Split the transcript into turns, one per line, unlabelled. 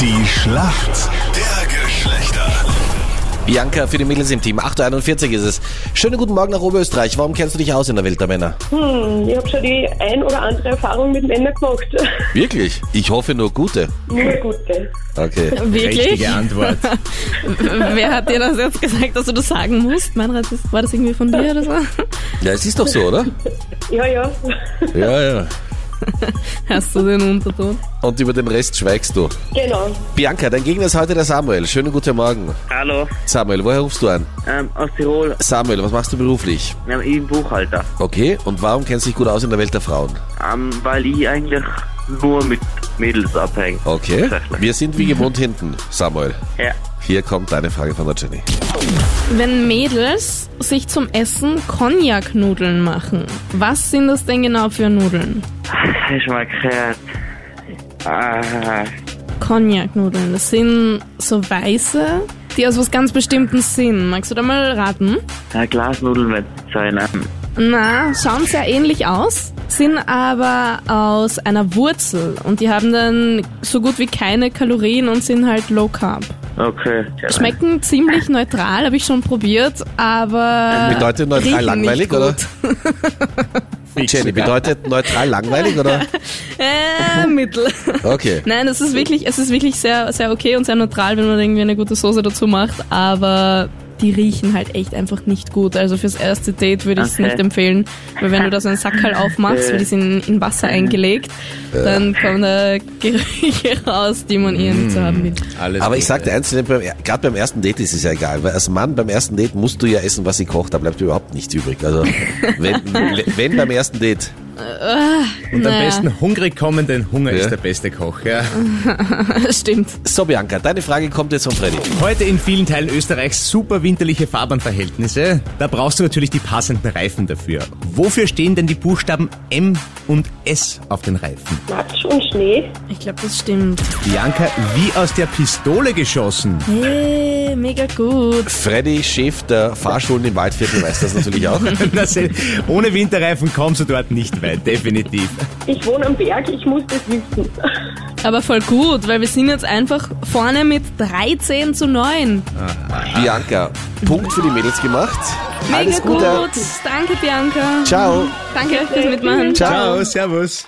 Die Schlacht der Geschlechter.
Bianca für die Mädels im Team. 8.41 Uhr ist es. Schönen guten Morgen nach Oberösterreich. Warum kennst du dich aus in der Welt der Männer?
Hm, ich habe schon die ein oder andere Erfahrung mit Männern gemacht.
Wirklich? Ich hoffe nur gute.
Nur gute.
Okay.
Wirklich?
Richtige Antwort.
Wer hat dir das jetzt gesagt, dass du das sagen musst? Meinrad, das- war das irgendwie von dir oder so?
Ja, es ist doch so, oder?
Ja, ja.
Ja, ja.
Hast du den Unterton?
Und über den Rest schweigst du.
Genau.
Bianca, dein Gegner ist heute der Samuel. Schönen guten Morgen.
Hallo,
Samuel, woher rufst du an?
ähm, aus Tirol,
Samuel, was machst du beruflich?
ähm, ich bin Buchhalter,
Okay, und warum kennst du dich gut aus in der Welt der Frauen?
ähm, weil ich eigentlich nur mit Mädels abhänge.
Okay. Wir sind wie gewohnt hinten, Samuel.
Ja.
Hier kommt deine Frage von der Jenny.
Wenn Mädels sich zum Essen Cognac-Nudeln machen, was sind das denn genau für Nudeln?
Hast du mal gehört? Ah,
Cognac-Nudeln, das sind so weiße, die aus was ganz Bestimmtem sind. Magst du da mal raten?
äh, Glasnudeln wird es sein. ähm.
Na, schauen sehr ähnlich aus, sind aber aus einer Wurzel und die haben dann so gut wie keine Kalorien und sind halt low carb.
Okay.
Schmecken ziemlich neutral, habe ich schon probiert, aber.
Bedeutet neutral
riechen
langweilig,
nicht Äh, gut.
oder? Jenny, bedeutet neutral langweilig, oder?
Äh, mittel.
Okay.
Nein, es ist wirklich, es ist wirklich sehr, sehr okay und sehr neutral, wenn man irgendwie eine gute Soße dazu macht, aber die riechen halt echt einfach nicht gut. Also fürs erste Date würde ich es
Okay.
nicht empfehlen, weil wenn du da so einen Sackerl aufmachst, weil die sind in, in Wasser eingelegt, dann kommen da Gerüche raus, die man eher nicht so
Mm.
haben will.
Alles
Aber ich
Gute.
sag dir eins, gerade beim ersten Date ist es ja egal, weil als Mann beim ersten Date musst du ja essen, was sie kocht, da bleibt überhaupt nichts übrig. Also wenn, wenn beim ersten Date.
Und am
Naja.
besten hungrig kommen, denn Hunger
Ja.
ist der beste Koch. Ja.
Stimmt.
So Bianca, deine Frage kommt jetzt von Freddy.
Heute in vielen Teilen Österreichs super winterliche Fahrbahnverhältnisse. Da brauchst du natürlich die passenden Reifen dafür. Wofür stehen denn die Buchstaben M und S auf den Reifen?
Matsch und Schnee.
Ich glaube, das stimmt.
Bianca, wie aus der Pistole geschossen.
Hey, mega gut.
Freddy, Chef der Fahrschulen im Waldviertel, weiß das natürlich auch.
Na, se- Ohne Winterreifen kommst du dort nicht weit, definitiv.
Ich wohne am Berg, ich muss das wissen.
Aber voll gut, weil wir sind jetzt einfach vorne mit 13 zu 9.
Bianca, Punkt für die Mädels gemacht.
Mega
Alles Gute.
gut. Danke, Bianca.
Ciao.
Danke fürs Mitmachen.
Ciao, servus.